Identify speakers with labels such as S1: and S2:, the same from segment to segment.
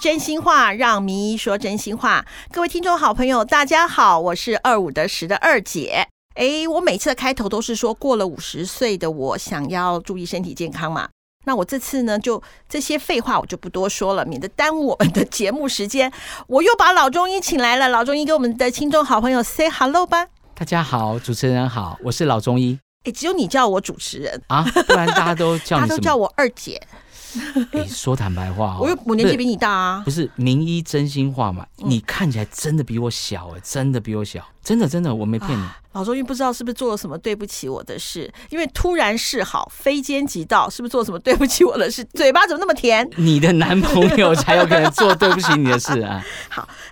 S1: 真心话，让名医说真心话。各位听众好朋友，大家好，我是二五得十的二姐。诶，我每次的开头都是说过了五十岁的我想要注意身体健康嘛。那我这次呢，就这些废话我就不多说了，免得耽误我们的节目时间。我又把老中医请来了，老中医跟我们的听众好朋友 say hello 吧。
S2: 大家好，主持人好，我是老中医
S1: 诶，只有你叫我主持人，
S2: 啊，不然大家都叫
S1: 大家
S2: 你
S1: 都
S2: 什
S1: 叫
S2: 么？
S1: 我二姐。
S2: 诶说坦白话、哦，
S1: 我又我年纪比你嗯大啊
S2: 不。是不是名医真心话嘛？你看起来真的比我小哎、真的比我小，真的真的，我没骗你。
S1: 老中医不知道是不是做了什么对不起我的事，因为突然示好，非奸即盗，是不是做了什么对不起我的事？嘴巴怎么那么甜？
S2: 你的男朋友才有可能做对不起你的事 啊！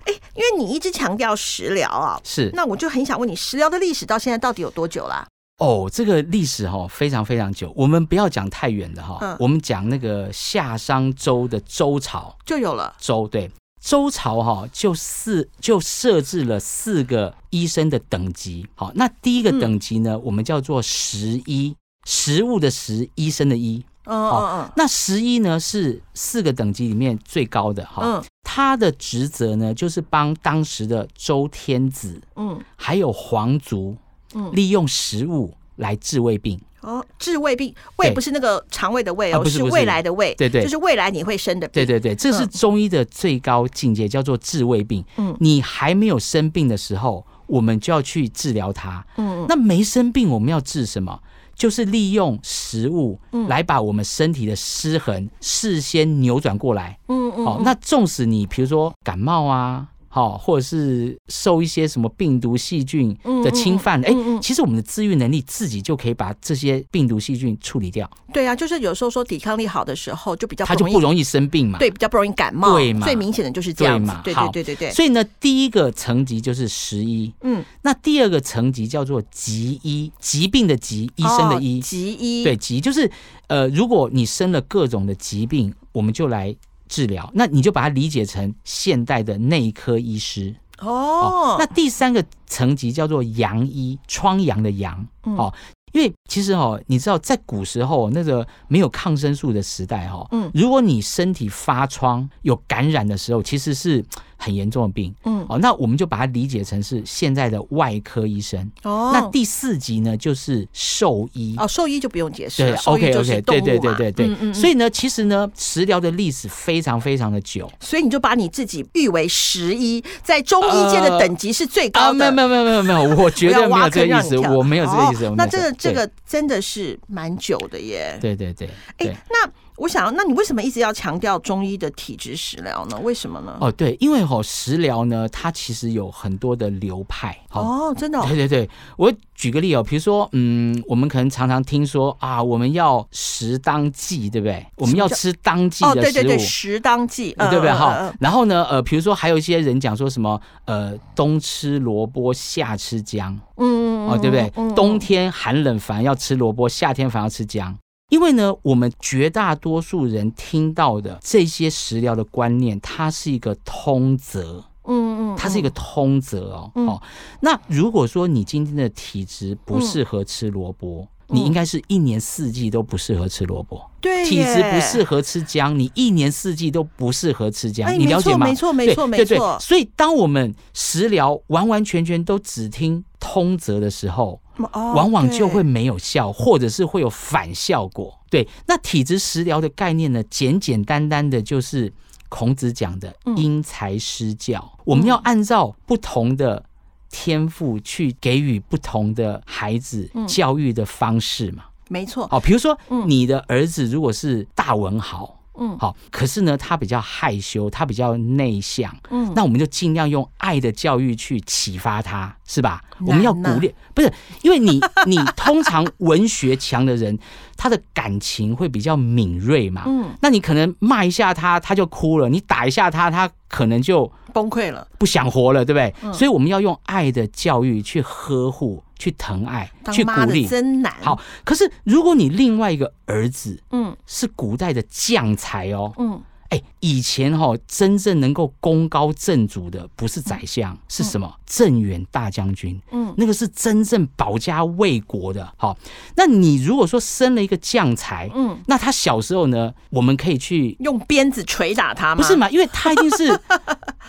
S1: 因为你一直强调食疗啊，
S2: 是
S1: 那我就很想问你，食疗的历史到现在到底有多久啦？
S2: 哦，这个历史哈、哦、非常非常久，我们不要讲太远的哈、
S1: 嗯
S2: 我们讲那个夏商周的周朝，
S1: 就有了
S2: 周对周朝哈、就四就设置了四个医生的等级。好，那第一个
S1: 嗯
S2: 等级呢，我们叫做食医，食物的食，医生的医。
S1: 嗯嗯
S2: 那食医呢是四个等级里面最高的哈。
S1: 嗯
S2: 他的职责呢，就是帮当时的周天子
S1: 嗯
S2: 还有皇族，
S1: 嗯
S2: 利用食物来治胃病。
S1: 哦，治胃病，胃
S2: 对
S1: 不是那个肠胃的胃哦，
S2: 啊不是不是
S1: 未来的胃，
S2: 对对
S1: 就是未来你会生的病。
S2: 对对对，这是
S1: 嗯
S2: 中医的最高境界，叫做治胃病。
S1: 嗯
S2: 你还没有生病的时候，我们就要去治疗它。
S1: 嗯
S2: 那没生病，我们要治什么？就是利用食物
S1: 嗯
S2: 来把我们身体的失衡事先扭转过来。哦
S1: 嗯嗯，
S2: 好、那纵使你比如说感冒啊，好、或者是受一些什么病毒细菌的侵犯，哎、
S1: 嗯嗯
S2: 其实我们的自愈能力自己就可以把这些病毒细菌处理掉，
S1: 对啊，就是有时候说抵抗力好的时候，就比较
S2: 它就
S1: 容易
S2: 不容易生病嘛。
S1: 对，比较不容易感冒。
S2: 对嘛
S1: 最明显的就是这样
S2: 对
S1: 子
S2: 嘛。
S1: 对对
S2: 好
S1: 对对对，
S2: 所以呢，第一个层级就是十一，
S1: 嗯，
S2: 那第二个层级叫做疾医，疾病的疾，医生的医，
S1: 哦疾医，
S2: 对，疾就是呃，如果你生了各种的疾病，我们就来治疗，那你就把它理解成现代的内科医师。
S1: 哦，
S2: 那第三个层级叫做阳医，疮疡的阳。
S1: 嗯
S2: 哦，因为其实哦，你知道在古时候那个没有抗生素的时代哈、哦，
S1: 嗯
S2: 如果你身体发疮有感染的时候，其实是很严重的病。
S1: 嗯
S2: 哦，那我们就把它理解成是现在的外科医生。
S1: 哦，
S2: 那第四级呢，就是兽医。
S1: 哦兽医就不用解释
S2: 对
S1: 了，兽医
S2: ，OK
S1: 就是
S2: OK，
S1: 动
S2: 对
S1: 物
S2: 对对
S1: 嘛
S2: 对对，
S1: 嗯嗯嗯
S2: 所以呢，其实呢，食疗的历史非常非常的 久，
S1: 所以你就把你自己誉为十一，在中医界的等级是最高
S2: 啊，没
S1: 的。
S2: 有没有没有没有没有，我绝
S1: 不
S2: 对
S1: 要
S2: 没
S1: 挖
S2: 有
S1: 坑
S2: 这个意
S1: 让你
S2: 思，
S1: 跳
S2: 我没有这个意思。
S1: 哦
S2: 我没有
S1: 那这个
S2: 对
S1: 这个真的是蛮久的耶。
S2: 对对对，对
S1: 哎，那我想，那你为什么一直要强调中医的体质食疗呢？为什么呢？
S2: 哦对，因为吼、食疗呢，它其实有很多的流派。好、
S1: 哦，真的哦
S2: 对对对，我举个例哦，比如说，嗯，我们可能常常听说啊，我们要食当季，对不对？我们要吃当季
S1: 哦，
S2: 的
S1: 对
S2: 食
S1: 对
S2: 物。
S1: 对，食当季，
S2: 呃
S1: 嗯
S2: 对不对？
S1: 嗯
S2: 哈、
S1: 嗯嗯
S2: 然后呢，呃，比如说还有一些人讲说什么，呃，冬吃萝卜，夏吃姜，
S1: 嗯嗯
S2: 哦，对不对？
S1: 嗯嗯
S2: 冬天寒冷反而要吃萝卜，夏天反而要吃姜。因为呢，我们绝大多数人听到的这些食疗的观念，它是一个通则，
S1: 嗯嗯，
S2: 它是一
S1: 个
S2: 个通则哦。
S1: 嗯
S2: 哦，那如果说你今天的体质不适合吃萝卜，
S1: 嗯
S2: 你应该是一年四季都不适合吃萝卜，
S1: 对
S2: 体质不适
S1: 是
S2: 合吃姜，你一年四季都不适合吃姜，
S1: 哎，
S2: 你
S1: 没
S2: 了解
S1: 错
S2: 吗？
S1: 没错没
S2: 对
S1: 错没
S2: 对对
S1: 错，
S2: 所以当我们食疗完完全全都只听通则的时候，
S1: 哦
S2: 往往就
S1: 对
S2: 会没有效，或者是会有反效果。对，那体质食疗的概念呢，简简单单的就是孔子讲的
S1: 嗯
S2: 因材施教，我们要按照不同的。天赋去给予不同的孩子
S1: 嗯
S2: 教育的方式嘛？哦
S1: 没错，
S2: 好、比如说
S1: 嗯
S2: 你的儿子如果是大文豪，
S1: 嗯
S2: 好、可是呢他比较害羞，他比较内向，
S1: 嗯，
S2: 那我们就尽量用爱的教育去启发他，是吧？
S1: 难啊
S2: 我们要
S1: 呐
S2: 鼓励，不是因为你 你通常文学强的人，他的感情会比较敏锐嘛。
S1: 嗯
S2: 那你可能骂一下他，他就哭了；你打一下他，他可能就
S1: 崩溃了，
S2: 不想活了，对不对？
S1: 嗯
S2: 所以我们要用爱的教育去呵护、去疼爱、
S1: 当
S2: 去鼓
S1: 妈的
S2: 励。
S1: 真难。
S2: 好，可是如果你另外一个儿子
S1: 嗯
S2: 是古代的将才哦，
S1: 嗯，
S2: 哎，以前哈、真正能够功高震主的不是宰相，是什么？镇远大将军。
S1: 嗯
S2: 那个是真正保家卫国的。好，那你如果说生了一个将才，
S1: 嗯，
S2: 那他小时候呢，我们可以去
S1: 用鞭子捶打他吗？
S2: 不是嘛？因为他一定 是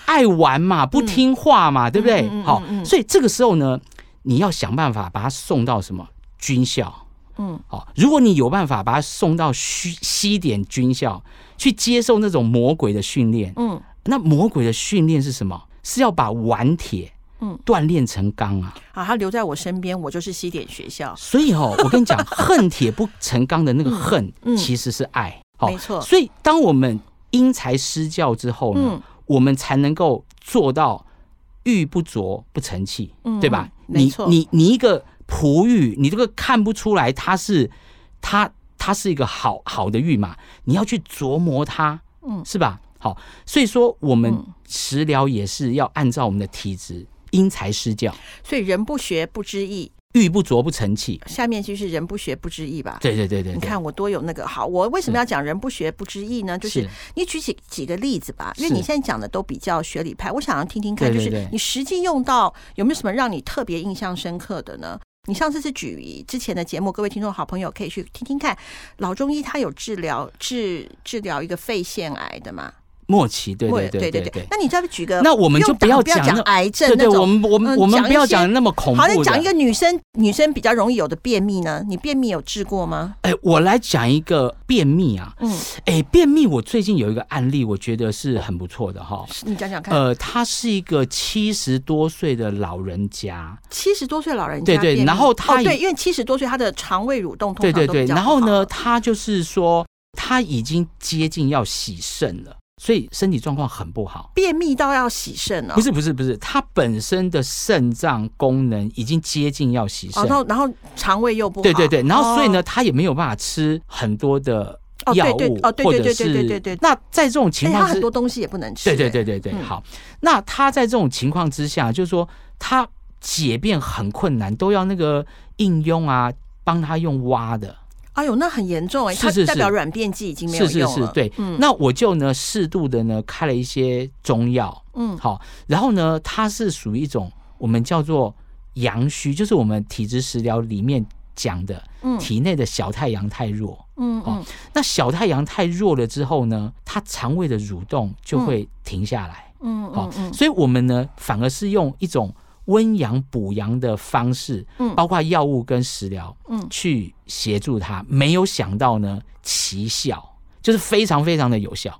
S2: 爱玩嘛，不听话嘛，对不对？
S1: 嗯嗯
S2: 好
S1: 嗯，
S2: 所以这个时候呢，你要想办法把他送到什么军校。
S1: 嗯，
S2: 好，如果你有办法把他送到西西点军校去接受那种魔鬼的训练，
S1: 嗯，
S2: 那魔鬼的训练是什么？是要把顽铁
S1: 嗯
S2: 锻炼成钢啊！
S1: 啊，他留在我身边，我就是西点学校。
S2: 所以哦，我跟你讲，恨铁不成钢的那个恨，
S1: 嗯嗯
S2: 其实是爱。
S1: 没错
S2: 所以当我们因材施教之后呢，
S1: 嗯
S2: 我们才能够做到玉不琢不成器，
S1: 嗯
S2: 对吧？
S1: 没
S2: 你
S1: 错
S2: 你你一个璞玉，你这个看不出来它是它它是一个好好的玉嘛，你要去琢磨它，
S1: 嗯
S2: 是吧？好，所以说我们
S1: 嗯
S2: 食疗也是要按照我们的体质因材施教，
S1: 所以人不学不知义，
S2: 玉不琢不成器。
S1: 下面就是人不学不知义吧。
S2: 对对对对
S1: 你
S2: 对。
S1: 看我多有那个好，我为什么要讲人不学不知义呢？就是
S2: 是
S1: 你举几几个例子吧，因为
S2: 是
S1: 你现在讲的都比较学理派，我想要听听看，
S2: 对
S1: 就
S2: 对
S1: 是
S2: 对
S1: 你实际用到有没有什么让你特别印象深刻的呢？你上次是举之前的节目，各位听众好朋友可以去听听看，老中医他有治疗治治疗一个肺腺癌的嘛？
S2: 末期，对
S1: 或
S2: 对
S1: 对
S2: 对对对。
S1: 那你再举个，
S2: 那我们就
S1: 用
S2: 不要
S1: 不要
S2: 讲
S1: 讲
S2: 那
S1: 癌症
S2: 对
S1: 那
S2: 对，我
S1: 种。
S2: 们我
S1: 嗯
S2: 们我们
S1: 讲一
S2: 不要
S1: 些
S2: 讲那么恐
S1: 好，那
S2: 怖的
S1: 讲一。个女生，女生比较容易有的便秘呢？你便秘有治过吗？
S2: 哎，我来讲一个便秘啊。
S1: 嗯，
S2: 哎，便秘，我最近有一个案例，我觉得是很不错的哈。
S1: 你讲讲看。
S2: 呃，他是一个七十多岁的老人家，
S1: 七十多岁老人家
S2: 对对
S1: 便秘
S2: 然后他
S1: 哦、对，
S2: 也
S1: 因为七十多岁他的肠胃蠕动通
S2: 对
S1: 常
S2: 对
S1: 都
S2: 对。
S1: 比较不好
S2: 然后呢，，他就是说他已经接近要洗肾了，所以身体状况很不好。
S1: 便秘到要洗肾了、
S2: 不是不是不是，他本身的肾脏功能已经接近要洗
S1: 哦，
S2: 肾
S1: 然，后然后肠胃又不好，
S2: 对对对，然后所以呢，
S1: 哦，
S2: 他也没有办法吃很多的
S1: 哦
S2: 药
S1: 对
S2: 物
S1: 对，哦对
S2: 或
S1: 对
S2: 者
S1: 对对对对
S2: 是
S1: 对
S2: 那在这种情
S1: 而且
S2: 况
S1: 他
S2: 之
S1: 很多东西也不能吃，
S2: 对对
S1: 哎，
S2: 对对对，
S1: 嗯
S2: 好，那他在这种情况之下，就是说他解便很困难，都要那个应用啊，帮他用挖的，
S1: 哎呦，那很严重哎，
S2: 是
S1: 他
S2: 是
S1: 代
S2: 是
S1: 表软便剂已经没有
S2: 是
S1: 用
S2: 是
S1: 了，
S2: 是，对，
S1: 嗯
S2: 那我就呢适度的呢开了一些中药，
S1: 嗯
S2: 好，然后呢，它是属于一种我们叫做阳虚，就是我们体质食疗里面讲的
S1: 嗯
S2: 体内的小太阳太弱。
S1: 嗯嗯
S2: 哦，那小太阳太弱了之后呢，它肠胃的蠕动就会停下来。
S1: 嗯
S2: 好、
S1: 嗯嗯
S2: 所以我们呢反而是用一种温阳补阳的方式，
S1: 嗯
S2: 包括药物跟食疗，
S1: 嗯
S2: 去协助它。没有想到呢，奇效就是非常非常的有效。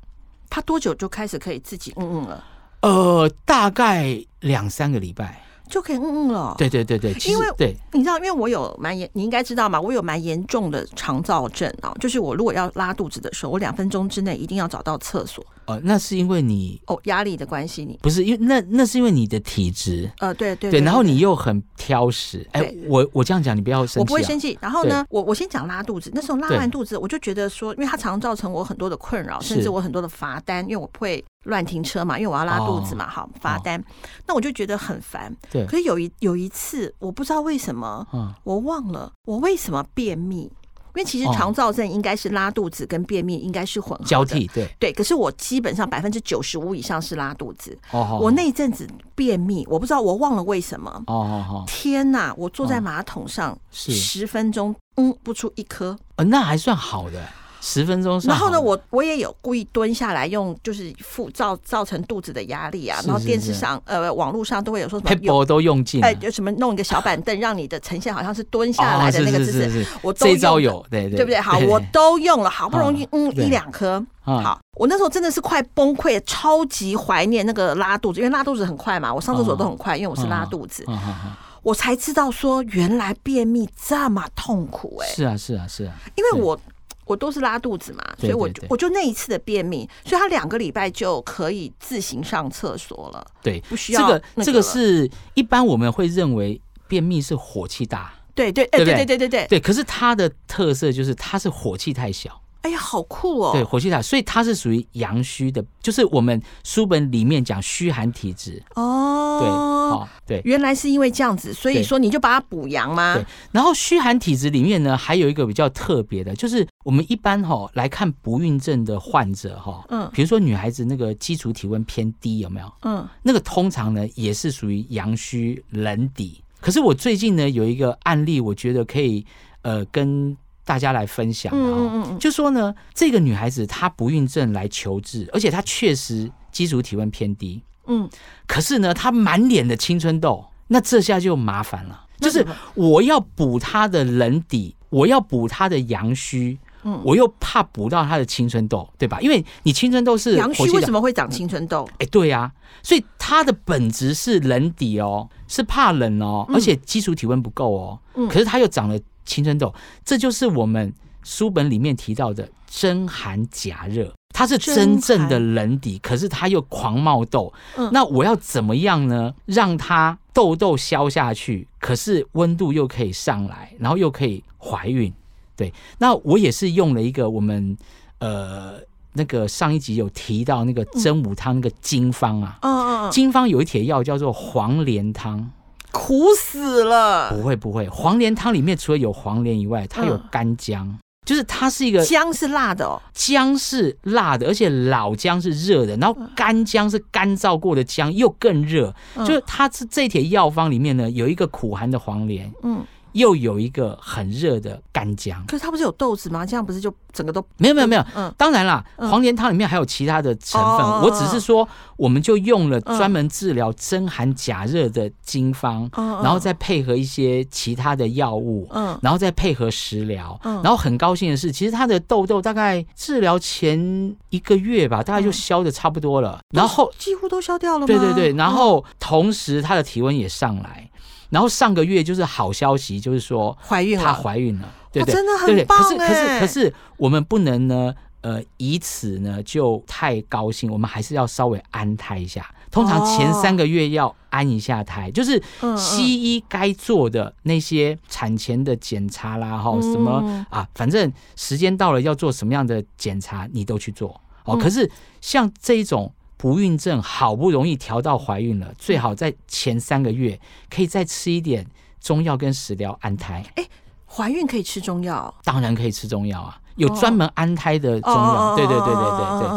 S1: 他多久就开始可以自己嗯嗯了，
S2: 呃，大概两三个礼拜。
S1: 就可以嗯嗯了，。
S2: 对对对对，其实
S1: 因为
S2: 对
S1: 你知道，因为我有蛮严，你应该知道嘛，我有蛮严重的肠燥症啊，就是我如果要拉肚子的时候，我两分钟之内一定要找到厕所。
S2: 呃，那是因为你
S1: 哦，压力的关系，你
S2: 不是因为那那是因为你的体质。
S1: 呃，对对
S2: 对，然后你又很挑食，哎
S1: 对，
S2: 我我这样讲你不要生气、啊，
S1: 我不会生气。然后呢，我我先讲拉肚子，那时候拉
S2: 对
S1: 完肚子，我就觉得说，因为它常造成我很多的困扰，甚
S2: 是
S1: 至我很多的罚单，因为我不会乱停车嘛，因为我要拉肚子嘛，好罚单。那我就觉得很烦。
S2: 哦对
S1: 可是有一有一次，我不知道为什么，
S2: 嗯
S1: 我忘了我为什么便秘，因为其实
S2: 哦
S1: 肠燥症应该是拉肚子跟便秘应该是混合的
S2: 交。替，对，
S1: 对，可是我基本上百分之九十五以上是拉肚子。
S2: 哦，好
S1: 我那一阵子便秘，我不知道，我忘了为什么。
S2: 哦好好，
S1: 天呐！我坐在
S2: 哦
S1: 马桶上
S2: 是
S1: 十分钟，嗯，不出一颗。
S2: 呃那还算好的，十分钟算
S1: 然
S2: 好
S1: 后
S2: 的。
S1: 呢，我我也有故意蹲下来，用就是腹造造成肚子的压力啊。
S2: 是
S1: 然后
S2: 是
S1: 电视
S2: 是
S1: 上呃网络上都会有说什么
S2: p
S1: 有
S2: e 都用尽了，
S1: 哎有什么弄一个小板凳，让你的呈现好像是蹲下来
S2: 哦
S1: 的
S2: 是
S1: 那个
S2: 是
S1: 姿势，
S2: 是是，
S1: 我都
S2: 这一招
S1: 用了
S2: 有，对对嗯
S1: 对不对？好， 我都用了，好不容易嗯
S2: 对
S1: 一两颗。
S2: 啊
S1: 好，我那时候真的是快崩溃，超级怀念那个拉肚子，因为拉肚子很快嘛，我上厕所都很快，因为我是拉肚子。
S2: 啊啊
S1: 我才知道说原来便秘这么痛苦哎、
S2: 是啊是啊是啊，
S1: 因为
S2: 对
S1: 我我都是拉肚子嘛，所
S2: 对
S1: 以我
S2: 对
S1: 就
S2: 对
S1: 我就那一次的便秘，所以他两个礼拜就可以自行上厕所了，
S2: 对，
S1: 不需
S2: 这
S1: 要
S2: 个
S1: 那
S2: 这个
S1: 了
S2: 是一般我们会认为便秘是火气大，
S1: 对对哎
S2: 对不
S1: 对对
S2: 对
S1: 对对对
S2: 对，可是它的特色就是它是火气太小，
S1: 哎呀，好酷哦！
S2: 对，火气塔，所以它是属于阳虚的，就是我们书本里面讲虚寒体质。对，
S1: 哦，
S2: 哦，对。
S1: 原来是因为这样子，所以
S2: 对
S1: 说你就把它补阳吗？
S2: 对啊然后虚寒体质里面呢，还有一个比较特别的，就是我们一般哈、来看不孕症的患者哈、
S1: 嗯
S2: 比如说女孩子那个基础体温偏低，有没有？
S1: 嗯，
S2: 那个通常呢也是属于阳虚冷底。可是我最近呢有一个案例，我觉得可以呃跟大家来分享的哈、
S1: 嗯嗯嗯嗯
S2: 就说呢，这个女孩子她不孕症来求治，而且她确实基础体温偏低，
S1: 嗯，
S2: 可是呢她满脸的青春痘，那这下就麻烦了，
S1: 那
S2: 就是
S1: 怎么
S2: 我要补她的冷底，我要补她的阳虚。
S1: 嗯
S2: 我又怕补到她的青春痘，对吧？因为你青春痘是
S1: 阳
S2: 火
S1: 虚
S2: 气
S1: 为
S2: 的
S1: 什么会长青春痘？
S2: 哎，对呀、所以它的本质是冷底哦，是怕冷哦，而且基础体温不够哦。
S1: 嗯
S2: 可是它又长了青春痘，这就是我们书本里面提到的真寒假热。它是真正的冷底，可是它又狂冒痘。
S1: 嗯
S2: 那我要怎么样呢？让它痘痘消下去，可是温度又可以上来，然后又可以怀孕。对，那我也是用了一个我们呃那个上一集有提到那个真武汤那个经方啊，
S1: 嗯嗯嗯，
S2: 经方有一帖药叫做黄连汤，
S1: 苦死了！
S2: 不会不会，黄连汤里面除了有黄连以外，它有
S1: 嗯
S2: 干姜，就是它是一个
S1: 姜是辣的哦，
S2: 姜是辣的，而且老姜是热的，然后干姜是干燥过的姜，又更热，
S1: 嗯
S2: 就是它是这帖药方里面呢有一个苦寒的黄连，
S1: 嗯，
S2: 又有一个很热的干姜。
S1: 可是它不是有豆子吗？这样不是就整个都
S2: 没有没有没有，
S1: 嗯
S2: 当然啦，
S1: 嗯
S2: 黄连汤里面还有其他的成分，
S1: 哦
S2: 我只是说，我们就用了
S1: 嗯
S2: 专门治疗真寒假热的经方，
S1: 嗯嗯
S2: 然后再配合一些其他的药物，
S1: 嗯
S2: 然后再配合食疗。
S1: 嗯
S2: 然后很高兴的是，其实他的痘痘大概治疗前一个月吧，大概就消的差不多了。然后，
S1: 几乎嗯都消掉了吗？
S2: 对对对，然
S1: 嗯
S2: 后同时他的体温也上来。然后上个月就是好消息，就是说
S1: 嗯怀孕
S2: 她
S1: 了，
S2: 怀孕了，对
S1: 哇
S2: 对，
S1: 真的
S2: 对对，
S1: 很棒
S2: 可是可是
S1: 哎
S2: 可是我们不能呢，呃，以此呢就太高兴，我们还是要稍微安胎一下。通常前
S1: 哦
S2: 三个月要安一下胎，就是
S1: 嗯嗯
S2: 西医该做的那些产前的检查啦，哈、
S1: 嗯
S2: 什么啊，反正时间到了要做什么样的检查，你都去做哦。
S1: 嗯
S2: 可是像这一种。不孕症好不容易调到怀孕了，
S1: 嗯
S2: 最好在前三个月可以再吃一点中药跟食疗安胎。
S1: 怀孕可以吃中药，
S2: 当然可以吃中药啊，有
S1: 哦
S2: 专门安胎的中药。对对对对对对对。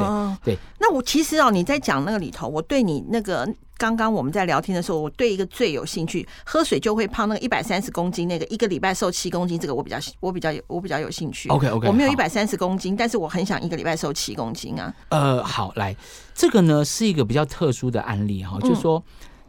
S1: 对
S2: 对。
S1: 那我其实哦，你在讲那个里头，我对你那个刚刚我们在聊天的时候，我对一个最有兴趣，喝水就会胖那个一百三十公斤，那个一个礼拜瘦七公斤，这个我比较我比较有我比较有兴趣。
S2: OK，OK，
S1: 哦我没有
S2: 好
S1: 一百三十公斤，但是我很想一个礼拜瘦七公斤啊。
S2: 呃，好，来，这个呢是一个比较特殊的案例哈，
S1: 嗯
S2: 就是说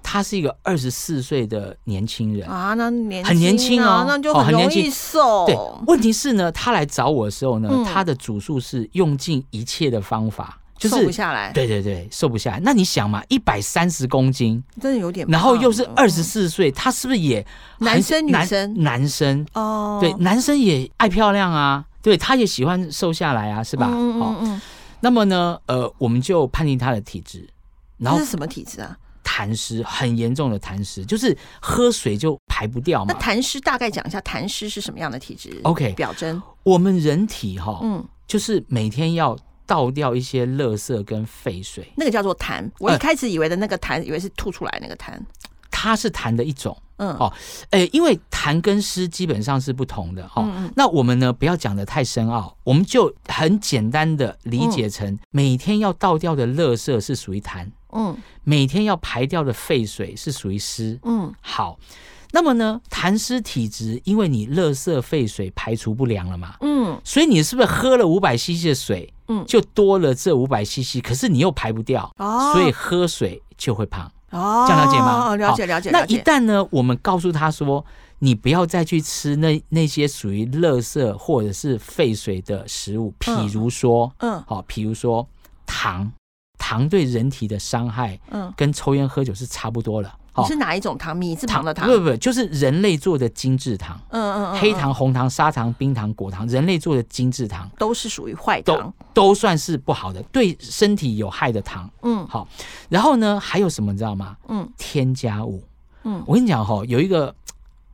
S2: 他是一个二十四岁的年轻人。
S1: 啊，那年、啊、
S2: 很年轻哦
S1: 那就
S2: 哦很
S1: 容
S2: 年
S1: 易
S2: 轻
S1: 瘦。
S2: 对，问题是呢，他来找我的时候呢，
S1: 嗯
S2: 他的主诉是用尽一切的方法，就
S1: 瘦不
S2: 是。
S1: 下来，
S2: 对对对，瘦不下来。那你想嘛，一百三十公斤，
S1: 真的有点胖。哦
S2: 然后又是二十四岁，他是不是也很
S1: 男生女
S2: 男
S1: 生
S2: 男生
S1: 哦，
S2: 对，男生也爱漂亮啊，对，他也喜欢瘦下来啊，是
S1: 是
S2: 吧？
S1: 嗯
S2: 哦
S1: 嗯，嗯，
S2: 那么呢，呃，我们就判定他的体质，然
S1: 这
S2: 后
S1: 是什么体质啊？
S2: 痰湿很严重的痰湿，就是喝水就排不掉
S1: 那
S2: 嘛。
S1: 痰湿大概讲一下，痰湿是什么样的体质
S2: OK
S1: 表征？
S2: 我们人体哈、
S1: 嗯，
S2: 就是每天要倒掉一些垃圾跟废水，
S1: 那个叫做痰。我一
S2: 呃
S1: 开始以为的那个痰，以为是吐出来那个痰。
S2: 它是痰的一种。
S1: 嗯，
S2: 哦诶，因为痰跟湿基本上是不同的哈、
S1: 嗯嗯
S2: 那我们呢，不要讲的太深奥，我们就很简单的理解成，每天要倒掉的垃圾是属于痰。
S1: 嗯
S2: 每天要排掉的废水是属于湿。
S1: 嗯
S2: 好，那么呢，痰湿体质，因为你垃圾废水排除不良了嘛，
S1: 嗯
S2: 所以你是不是喝了五百 CC 的水，
S1: 嗯
S2: 就多了这五百 CC，可是你又排不掉，
S1: 哦
S2: 所以喝水就会胖。
S1: 哦，
S2: 这样了解吗
S1: 哦了解了解。
S2: 那
S1: 了解
S2: 一旦呢，我们告诉他说，你不要再去吃那那些属于垃圾或者是废水的食物，
S1: 嗯
S2: 譬如说，
S1: 嗯
S2: 好、譬如说糖，糖对人体的伤害
S1: 嗯，
S2: 跟抽烟喝酒是差不多了。
S1: 你是哪一种糖？米字旁的糖。
S2: 不
S1: 嗯
S2: 不不，就是人类做的精制糖，
S1: 嗯嗯，
S2: 黑
S1: 嗯
S2: 糖、红糖、砂糖、冰糖、果糖，人类做的精制糖
S1: 都是属于坏
S2: 都
S1: 糖。
S2: 都算是不好的，对身体有害的糖。
S1: 嗯
S2: 好，然后呢，还有什么你知道吗？
S1: 嗯
S2: 添加物。
S1: 嗯
S2: 我跟你讲哈、哦，有一个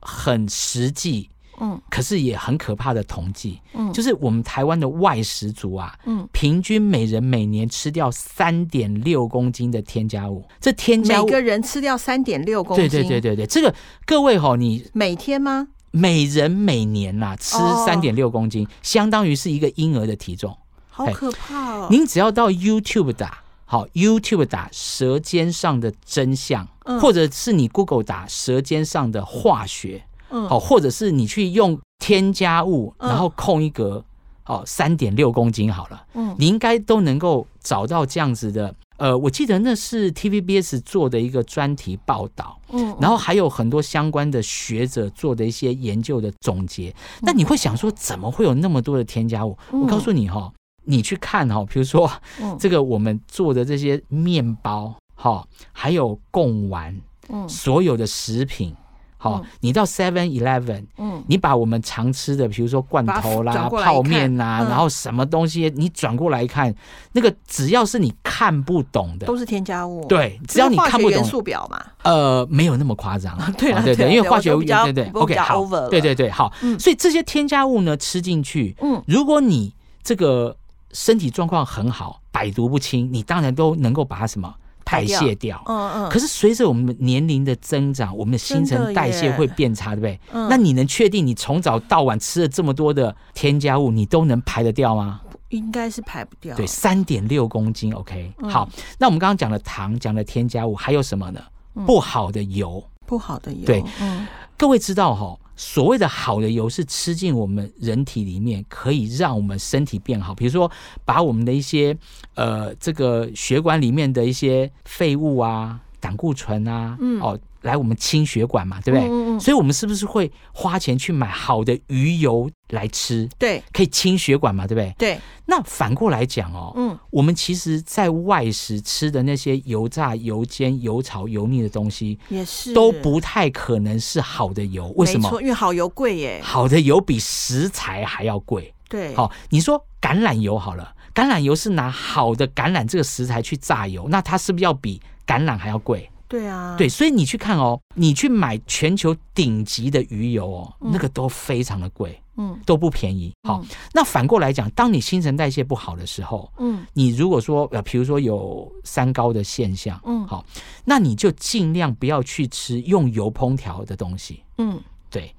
S2: 嘖很实际
S1: 嗯
S2: 可是也很可怕的统计，
S1: 嗯
S2: 就是我们台湾的外食族啊，
S1: 嗯，
S2: 平均每人每年吃掉三点六公斤的添加物，这添加
S1: 每
S2: 物，
S1: 个人吃掉三点六公
S2: 对
S1: 斤，
S2: 对对，对对，这个各位哈、你
S1: 每天吗？
S2: 每人每年呐、吃
S1: 哦
S2: 三点六公斤，相当于是一个婴儿的体重。
S1: 好
S2: 哎
S1: 可怕哦！
S2: 您只要到 YouTube 打。好，YouTube 打“舌尖上的真相”，
S1: 嗯
S2: 或者是你 Google 打“舌尖上的化学”，
S1: 嗯
S2: 好，或者是你去用添加物，
S1: 嗯
S2: 然后空一格，哦，三点六公斤好了，
S1: 嗯
S2: 你应该都能够找到这样子的。呃，我记得那是 TVBS 做的一个专题报道，
S1: 嗯
S2: 然后还有很多相关的学者做的一些研究的总结。那你会想说，怎么会有那么多的添加物？
S1: 嗯
S2: 我告诉你哈、你去看哈、比如说
S1: 嗯
S2: 这个我们做的这些面包哈、还有贡丸，
S1: 嗯
S2: 所有的食品。好、
S1: 嗯
S2: 你到 Seven Eleven，
S1: 嗯
S2: 你把我们常吃的，比如说罐头
S1: 把它
S2: 啦、
S1: 转过来看
S2: 泡面啦、
S1: 嗯
S2: 然后什么东西，你转过来看，那个只要是你看不懂的，
S1: 都是添加物，，
S2: 对，只要你看不懂
S1: 元，素表嘛，
S2: 呃，没有那么夸张，
S1: 对啦
S2: 啊对
S1: 对啦
S2: 因
S1: 对
S2: 为化
S1: 我
S2: 学
S1: 都比较
S2: 对对
S1: 我比
S2: ，OK，
S1: 较
S2: 好
S1: over 了，
S2: 对对对，好，
S1: 嗯
S2: 所以这些添加物呢吃进去，
S1: 嗯
S2: 如果你这个身体状况很好，百毒不侵，你当然都能够把它什么
S1: 排
S2: 代
S1: 掉
S2: 谢掉。
S1: 嗯嗯，
S2: 可是随着我们年龄的增长，我们的新
S1: 真的
S2: 陈代谢
S1: 耶
S2: 会变差，对不对？
S1: 嗯
S2: 那你能确定你从早到晚吃了这么多的添加物，你都能排得掉吗？
S1: 应该是排不掉，
S2: 对，三点六公斤，OK、
S1: 嗯
S2: 好，那我们刚刚讲了糖，讲了添加物，还有什么呢？
S1: 嗯
S2: 不好的油，
S1: 不好的油，
S2: 对
S1: 嗯
S2: 各位知道哈、所谓的好的油是吃进我们人体里面，可以让我们身体变好。比如说，把我们的一些呃这个血管里面的一些废物啊、胆固醇啊，
S1: 嗯
S2: 哦，来我们清血管嘛，对不对？
S1: 嗯嗯嗯
S2: 所以我们是不是会花钱去买好的鱼油来吃？
S1: 对
S2: 可以清血管嘛，对不对？
S1: 对，
S2: 那反过来讲哦，
S1: 嗯
S2: 我们其实在外食吃的那些油炸、油煎、油炒、油腻的东西，
S1: 也是
S2: 都不太可能是好的油。为什
S1: 没
S2: 么
S1: 错？因为好油贵耶，
S2: 好的油比食材还要贵。
S1: 对，
S2: 好、你说橄榄油好了，橄榄油是拿好的橄榄这个食材去榨油，那它是不是要比橄榄还要贵？
S1: 对啊，
S2: 对，所以你去看哦，你去买全球顶级的鱼油哦，
S1: 嗯
S2: 那个都非常的贵，
S1: 嗯
S2: 都不便宜。好、
S1: 嗯
S2: 那反过来讲，当你新陈代谢不好的时候，
S1: 嗯
S2: 你如果说呃，比如说有三高的现象，
S1: 嗯
S2: 好，那你就尽量不要去吃用油烹调的东西，
S1: 嗯
S2: 对。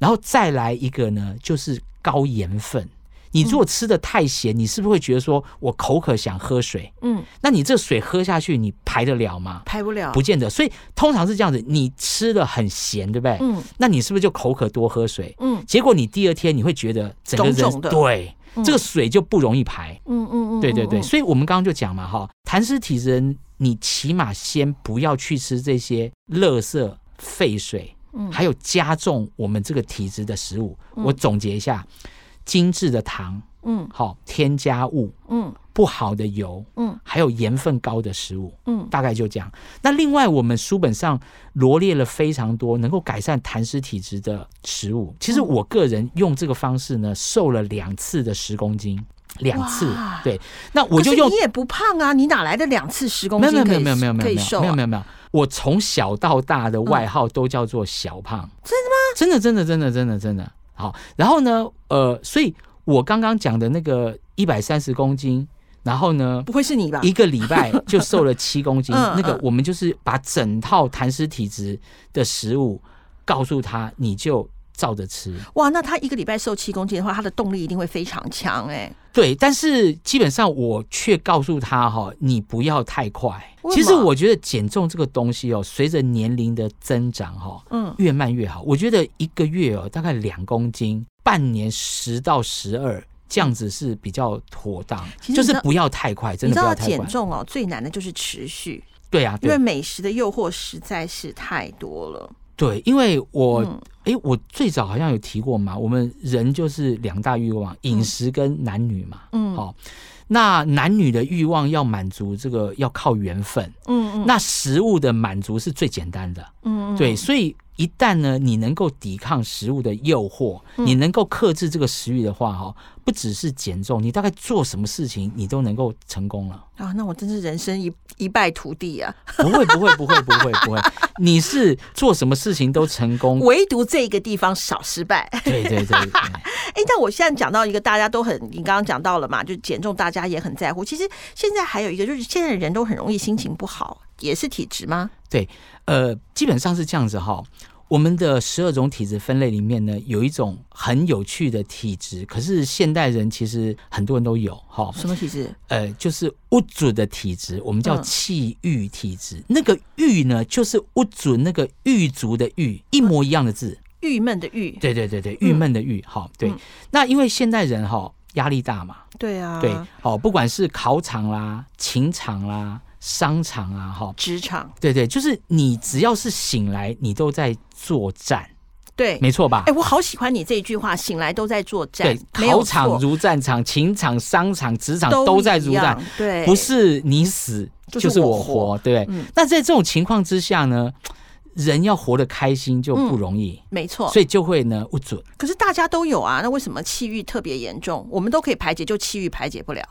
S2: 然后再来一个呢，就是高盐分。你如果吃的太咸，你是不是会觉得说我口渴想喝水？
S1: 嗯，
S2: 那你这水喝下去，你排得了吗？
S1: 排不了，
S2: 不见得。所以通常是这样子，你吃的很咸，对不对？
S1: 嗯
S2: 那你是不是就口渴多喝水？
S1: 嗯
S2: 结果你第二天你会觉得整个人
S1: 肿肿的
S2: 对、
S1: 嗯
S2: 这个水就不容易排。
S1: 嗯嗯嗯，
S2: 对对
S1: 嗯
S2: 对，
S1: 嗯
S2: 所以我们刚刚就讲嘛哈，痰湿体质人，你起码先不要去吃这些垃圾、废水，
S1: 嗯
S2: 还有加重我们这个体质的食物。
S1: 嗯
S2: 我总结一下：精致的糖，
S1: 嗯
S2: 好添加物，
S1: 嗯
S2: 不好的油，
S1: 嗯
S2: 还有盐分高的食物。
S1: 嗯
S2: 大概就这样。那另外，我们书本上罗列了非常多能够改善痰湿体质的食物。其
S1: 嗯
S2: 实我个人用这个方式呢，瘦了两次的十公斤，两次
S1: 哇。
S2: 对，那我就
S1: 可是
S2: 用
S1: 你也不胖啊，你哪来的两次十公
S2: 没
S1: 斤
S2: 有没有
S1: 可
S2: 没有
S1: 以
S2: 没有没有没
S1: 可
S2: 有
S1: 以
S2: 没
S1: 瘦啊嗯
S2: 有没有没有没有，我从小到大的外号都叫做小胖。
S1: 真的
S2: 吗？真的真的真的真的真的好。然后呢，呃，所以我刚刚讲的那个一百三十公斤，然后呢，
S1: 不会是你吧？
S2: 一个礼拜就瘦了七公斤，
S1: 啊嗯
S2: 那个
S1: 嗯
S2: 我们就是把整套痰湿体质的食物告诉他，你就照着吃。
S1: 哇，那他一个礼拜瘦七公斤的话，他的动力一定会非常强哎、
S2: 对，但是基本上我却告诉他哈，你不要太快。
S1: 为什
S2: 其
S1: 么
S2: 实我觉得减重这个东西哦，随着年龄的增长哈，
S1: 嗯
S2: 越慢越好。我觉得一个月哦，大概两公斤，半年十到十二。这样子是比较妥当，
S1: 嗯其实
S2: 就
S1: 你知
S2: 是
S1: 道
S2: 不要太快，真
S1: 你
S2: 的
S1: 知
S2: 不
S1: 道
S2: 要太
S1: 减
S2: 快。
S1: 重哦，最难的就是持续，
S2: 对啊，
S1: 因为
S2: 对
S1: 美食的诱惑实在是太多了。
S2: 对，因为我
S1: 嗯
S2: 诶，我最早好像有提过嘛，我们人就是两大欲望，饮食跟男女嘛。
S1: 嗯
S2: 好、那男女的欲望要满足，这个要靠缘分。
S1: 嗯嗯
S2: 那食物的满足是最简单的，
S1: 嗯嗯，
S2: 对，所以一旦呢，你能够抵抗食物的诱惑，
S1: 嗯
S2: 你能够克制这个食欲的话，哈，不只是减重，你大概做什么事情，你都能够成功了。
S1: 啊，那我真是人生一一败涂地啊！
S2: 不会，不会，不会，不会，不会，你是做什么事情都成功。
S1: 唯独这个地方少失败。
S2: 对对对对，
S1: 哎，但我现在讲到一个大家都很，你刚刚讲到了嘛，就减重大家也很在乎。其实现在还有一个就是现在人都很容易心情不好，也是体质吗？
S2: 呃，基本上是这样子哈。我们的十二种体质分类里面呢，有一种很有趣的体质，可是现代人其实很多人都有哈。
S1: 什么体质？
S2: 呃，就是屋主的体质，我们叫
S1: 嗯
S2: 气郁体质。那个郁呢，就是屋主那个狱卒的狱，一模一样的字。
S1: 郁闷的郁。
S2: 对对对对，郁闷的郁。好，对
S1: 嗯。
S2: 那因为现代人哈压力大嘛，
S1: 对啊，
S2: 对，好，不管是考场啦、情场啦、商场啊，哈，
S1: 职场
S2: 对对，就是你只要是醒来，你都在作战，
S1: 对。
S2: 没错吧
S1: 哎、？我好喜欢你这一句话，醒来都在哎作战
S2: 对，，
S1: 没有
S2: 考场
S1: 错
S2: 如战场，情场、商场、职场
S1: 都
S2: 都在
S1: 一
S2: 如
S1: 样
S2: 战，，
S1: 对，
S2: 不是你死
S1: 哎就
S2: 就是是
S1: 我
S2: 我
S1: 活
S2: 活，对不对？
S1: 嗯
S2: 那在这种情况之下呢，人要活得开心就
S1: 嗯
S2: 不容易，
S1: 没错。
S2: 所以就会呢不准。
S1: 可是大家都有啊，那为什么气郁特别严重？我们都可以排解，就气郁排解不了。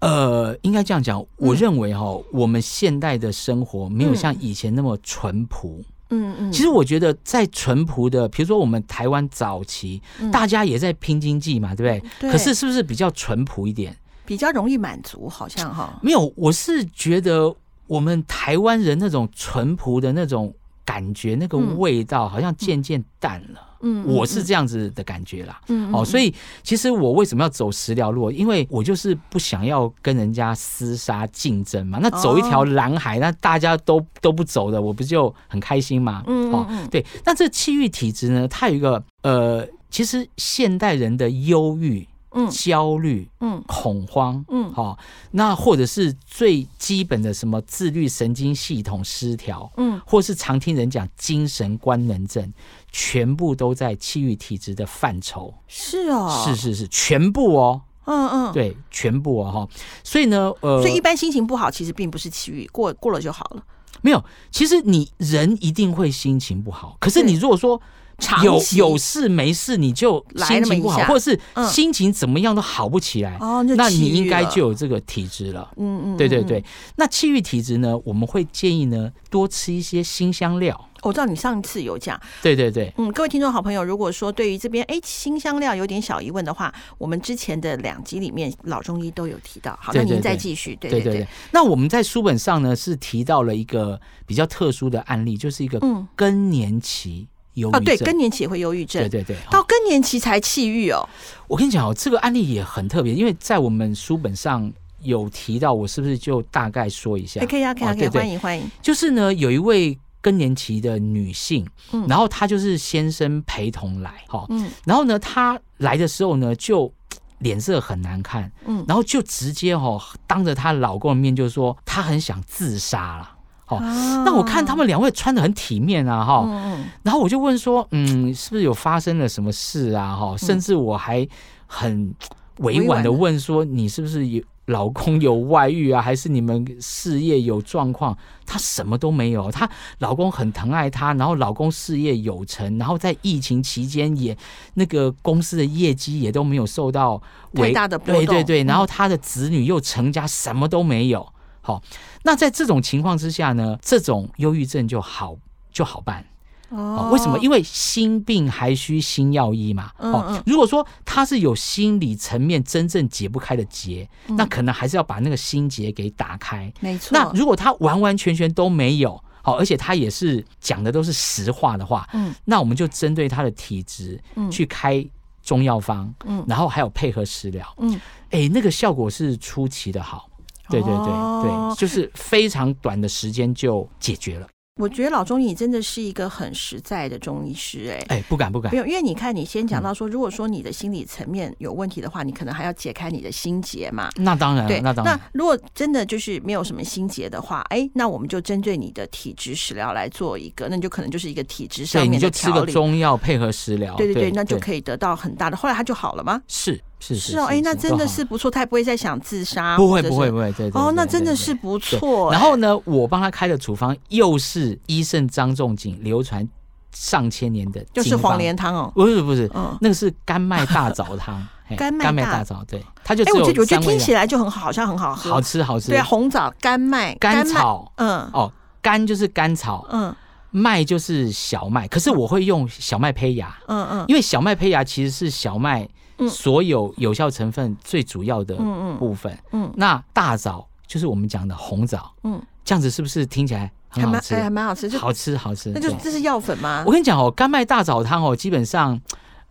S2: 呃，应该这样讲，我
S1: 嗯
S2: 认为哈、我们现代的生活没有
S1: 嗯
S2: 像以前那么淳朴。
S1: 嗯嗯，
S2: 其实我觉得，在淳朴的，比如说我们台湾早期，
S1: 嗯
S2: 大家也在拼经济嘛，对不对？
S1: 对
S2: 可是是不是比较淳朴一点？
S1: 比较容易满足，好像哈。
S2: 没有，我是觉得我们台湾人那种淳朴的那种感觉，那个
S1: 嗯
S2: 味道好像渐渐淡了。
S1: 嗯，
S2: 我是这样子的感觉啦。
S1: 嗯
S2: 哦，所
S1: 以
S2: 以其实我为什么要走十条路？因为我就是不想要跟人家厮杀竞争嘛。那走一条蓝海，那大家都都不走的，我不就很开心吗？
S1: 嗯
S2: 哦，
S1: 嗯
S2: 对。那这气郁体质呢，它有一个呃，其实现代人的忧郁、
S1: 嗯
S2: 焦虑、
S1: 嗯
S2: 恐慌。
S1: 嗯
S2: 好、那或者是最基本的什么自律神经系统失调，
S1: 嗯
S2: 或是常听人讲精神官能症，全部都在气郁体质的范畴。
S1: 是哦，
S2: 是是是，全部哦，
S1: 嗯嗯。
S2: 对，全部哦哈。所以呢，呃，
S1: 所以一般心情不好，其实并不是气郁，过过了就好了。
S2: 没有，其实你人一定会心情不好，可是你
S1: 对
S2: 如果说。
S1: 长
S2: 有
S1: 期
S2: 有事没事你就
S1: 来
S2: 心
S1: 那么
S2: 情不
S1: 一
S2: 好，
S1: 下
S2: 或者是
S1: 嗯
S2: 心情怎么样都好不起来，
S1: 哦，
S2: 那
S1: 气
S2: 你
S1: 郁
S2: 应该
S1: 了
S2: 就有这个体质了。
S1: 嗯嗯，
S2: 对对
S1: 嗯。
S2: 对
S1: 嗯，
S2: 那气郁体质呢，我们会建议呢多吃一些辛香料。
S1: 我知道你上一次有讲，
S2: 对对对，
S1: 嗯，各位听众好朋友，如果说对于这边哎新香料有点小疑问的话，我们之前的两集里面老中医都有提到。好，那
S2: 对对
S1: 您再
S2: 对
S1: 继续，对
S2: 对
S1: 对
S2: 对对。那我们在书本上呢是提到了一个比较特殊的案例，就是一个
S1: 嗯，
S2: 更年期忧郁
S1: 哦
S2: 症。
S1: 对，更年期也会忧郁
S2: 对
S1: 症，
S2: 对对。哦
S1: 到更年期才气郁哦，
S2: 我跟你讲哦，这个案例也很特别，因为在我们书本上有提到，我是不是就大概说一下
S1: 哎？可以啊，可以啊，
S2: 哦
S1: 可以啊，
S2: 对对
S1: 欢迎欢迎，
S2: 就是呢，有一位更年期的女性，
S1: 嗯
S2: 然后她就是先生陪同来，哈、
S1: 嗯
S2: 然后呢，她来的时候呢，就脸色很难看，
S1: 嗯
S2: 然后就直接哦，当着她老公的面就说她很想自杀了。哦
S1: 啊
S2: 那我看他们两位穿的很体面啊，哈、
S1: 嗯嗯
S2: 然后我就问说，嗯，是不是有发生了什么事啊？哈，
S1: 嗯
S2: 甚至我还很委婉的问说，你是不是有老公有外遇啊？还 是你们事业有状况？她什么都没有，她老公很疼爱她，然后老公事业有成，然后在疫情期间也那个公司的业绩也都没有受到
S1: 太
S2: 违
S1: 大的波
S2: 对对
S1: 动
S2: 对，
S1: 嗯
S2: 然后她的子女又成家，什么都没有。好，那在这种情况之下呢，这种忧郁症就好就好办。
S1: 哦
S2: 哦，为什么？因为心病还需心药医嘛。哦，
S1: 嗯嗯
S2: 如果说他是有心理层面真正解不开的结，
S1: 嗯
S2: 那可能还是要把那个心结给打开。
S1: 没错，
S2: 那如果他完完全全都没有，好、而且他也是讲的都是实话的话，
S1: 嗯
S2: 那我们就针对他的体质
S1: 嗯
S2: 去开中药方，
S1: 嗯
S2: 然后还有配合食疗，
S1: 嗯，
S2: 哎，那个效果是出奇的好。对对对、
S1: 哦
S2: 对，就是非常短的时间就解决了。
S1: 我觉得老中医真的是一个很实在的中医师，哎。
S2: 哎，不敢不敢
S1: 没。有，因为你看，你先
S2: 嗯
S1: 讲到说，如果说你的心理层面有问题的话，你可能还要解开你的心结嘛。
S2: 那当然
S1: 对，
S2: 嗯了，那当然。
S1: 如果真的就是没有什么心结的话，哎，那我们就针对你的体质食疗来做一个，那你就可能就是一个体质上
S2: 对，你
S1: 面
S2: 就
S1: 的
S2: 吃
S1: 调
S2: 个
S1: 理。
S2: 中药配合食疗，
S1: 对对对，那就
S2: 以。
S1: 可以得到很大的。后来他就好了吗？
S2: 是是是
S1: 哦，哎，那真的。
S2: 都
S1: 是不错，他也不会再想自杀。
S2: 好不
S1: 或
S2: 会
S1: 者是
S2: 不会。不会，对对
S1: 哦，
S2: 对
S1: 那
S2: 对
S1: 真的
S2: 对
S1: 是不
S2: 对
S1: 错。
S2: 然
S1: 哎
S2: 后呢，我帮他开的处方又是医圣张仲景流传上千年的
S1: 就是
S2: 经方
S1: 黄连汤哦。
S2: 不是不是，
S1: 嗯，
S2: 那个是干麦大 枣汤，嘿
S1: 干麦
S2: 干麦
S1: 大
S2: 大枣，对，它就
S1: 哎，
S2: 只
S1: 我
S2: 有
S1: 就我觉
S2: 三
S1: 得
S2: 味
S1: 听
S2: 药
S1: 起来就很好，好像很好喝。
S2: 好吃好吃，
S1: 对啊，红枣、干麦、
S2: 甘
S1: 麦，
S2: 草
S1: 嗯
S2: 哦，甘就是甘草，
S1: 嗯
S2: 麦就是小麦，可是我会用小麦胚芽，
S1: 嗯嗯，
S2: 因为小麦胚芽其实是小麦
S1: 嗯
S2: 所有有效成分最主要的
S1: 嗯嗯
S2: 部分。
S1: 嗯
S2: 那大枣就是我们讲的红枣，
S1: 嗯，
S2: 这样子是不是听起来很
S1: 还
S2: 好
S1: 蛮
S2: 吃
S1: 哎？还蛮好吃，就
S2: 好吃好吃，
S1: 那就
S2: 对
S1: 这是药粉吗
S2: 我？跟你讲哦，甘麦大枣汤哦，基本上，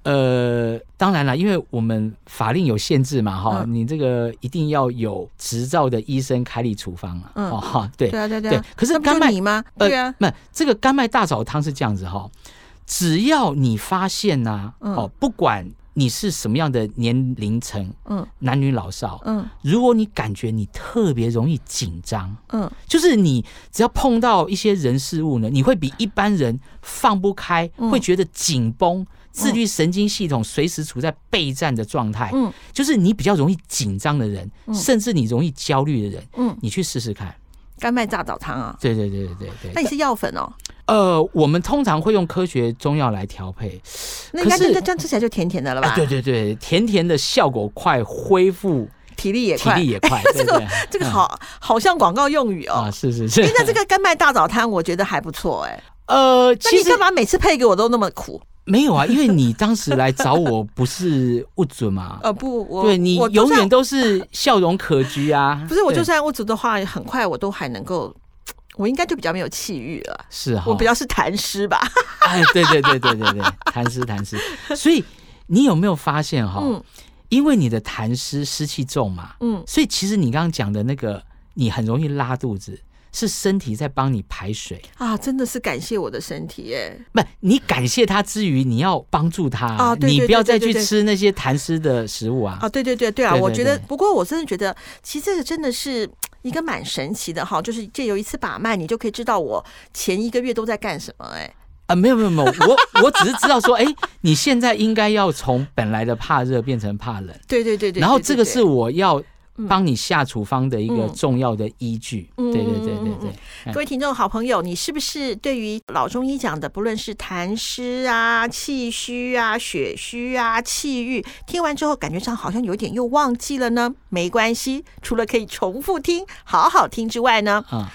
S2: 呃，当然了，因为我们法令有限制嘛，哈、
S1: 嗯
S2: 你这个一定要有执照的医生开立处方啊，
S1: 嗯
S2: 哦哈，对
S1: 对啊对啊
S2: 对
S1: 啊，，
S2: 可是
S1: 那不
S2: 甘
S1: 就
S2: 麦
S1: 你吗？
S2: 呃
S1: 对啊，
S2: 不，这个甘麦大枣汤是这样子哈、只要你发现呐、
S1: 嗯
S2: 哦，不管你是什么样的年龄层，
S1: 嗯
S2: 男女老少，
S1: 嗯
S2: 如果你感觉你特别容易紧张，
S1: 嗯
S2: 就是你只要碰到一些人事物呢，你会比一般人放不开，
S1: 嗯
S2: 会觉得紧绷，自律神经系统随时处在备战的状态。
S1: 嗯，
S2: 就是你比较容易紧张的人，
S1: 嗯
S2: 甚至你容易焦虑的人，
S1: 嗯，
S2: 你去试试看。
S1: 甘麦炸枣汤啊，
S2: 对对对对对
S1: 那
S2: 对。
S1: 也是药粉哦，
S2: 呃，我们通常会用科学中药来调配。
S1: 那应该
S2: 可是
S1: 那这样吃起来就甜甜的了
S2: 哎
S1: 吧？
S2: 对，对对，甜甜的效果快，恢复
S1: 体力也
S2: 体
S1: 快
S2: 力。也快。对
S1: 这个
S2: 对
S1: 这个
S2: 嗯
S1: 好好像广告用语
S2: 啊，
S1: 哦。
S2: 是是是
S1: 哎。，那这个甘麦大枣汤我觉得还不错哎，
S2: 呃，
S1: 那
S2: 其
S1: 你
S2: 实
S1: 干嘛每次配给我都那么苦？
S2: 没有啊，因为你当时来找我不是不准嘛，
S1: 呃，不， 我
S2: 对你
S1: 我就
S2: 永
S1: 算
S2: 远都是笑容可掬啊。
S1: 不是我就
S2: 对
S1: 算我煮的话，很快我都还能够，我应该就比较没有气郁了。
S2: 啊是哈，
S1: 我比较是痰湿吧，
S2: 哎， 对对对对对对，痰湿痰湿。所以你有没有发现哈？
S1: 嗯
S2: 因为你的痰湿湿气重嘛，
S1: 嗯
S2: 所以其实你刚刚讲的那个，你很容易拉肚子，是身体在帮你排水。
S1: 啊，真的是感谢我的身体耶，
S2: 不，你感谢他之余，你要帮助他，
S1: 啊对对
S2: 你不要
S1: 对
S2: 再
S1: 对
S2: 去
S1: 对
S2: 吃那些痰湿的食物啊。
S1: 啊，对对对对啊，
S2: 对对
S1: 我觉得，
S2: 对
S1: 不过我真的觉得，其实这个真的是。一个蛮神奇的哈，就是借由一次把脉，你就可以知道我前一个月都在干什么、哎，
S2: 啊，没有没有没有，我 我只是知道说，哎、你现在应该要从本来的怕热变成怕冷，
S1: 对对对对。
S2: 然后
S1: 对
S2: 这个是，我要
S1: 嗯
S2: 帮你下处方的一个
S1: 嗯
S2: 重要的依据。
S1: 嗯
S2: 对对
S1: 嗯
S2: 对
S1: 嗯
S2: 对
S1: 嗯
S2: 对，
S1: 对对各位听众好朋友，你是不是对于老中医讲的，不论是痰湿啊、气虚啊、血虚啊、气郁，听完之后感觉上好像有点又忘记了呢？没关系，除了可以重复听、好好听之外呢，
S2: 啊、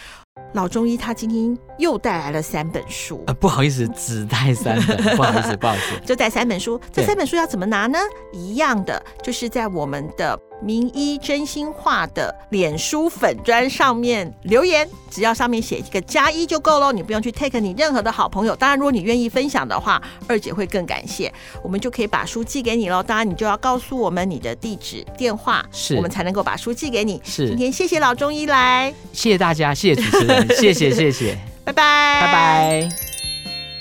S1: 老中医他今天又带来了三本书，
S2: 呃不好意思，只带三本，不好意思，不好意思。
S1: 就带三本书。这
S2: 对
S1: 三本书要怎么拿呢？一样的，就是在我们的名医真心话的脸书粉砖上面留言，只要上面写一个加一就够喽，你不用去 take 你任何的好朋友。当然，如果你愿意分享的话，二姐会更感谢，我们就可以把书寄给你喽。当然，你就要告诉我们你的地址、电话，
S2: 是
S1: 我们才能够把书寄给你。
S2: 是
S1: 今，天谢谢老中医来，
S2: 谢谢大家，谢谢主持人，谢谢谢谢，
S1: 拜拜，
S2: 拜拜。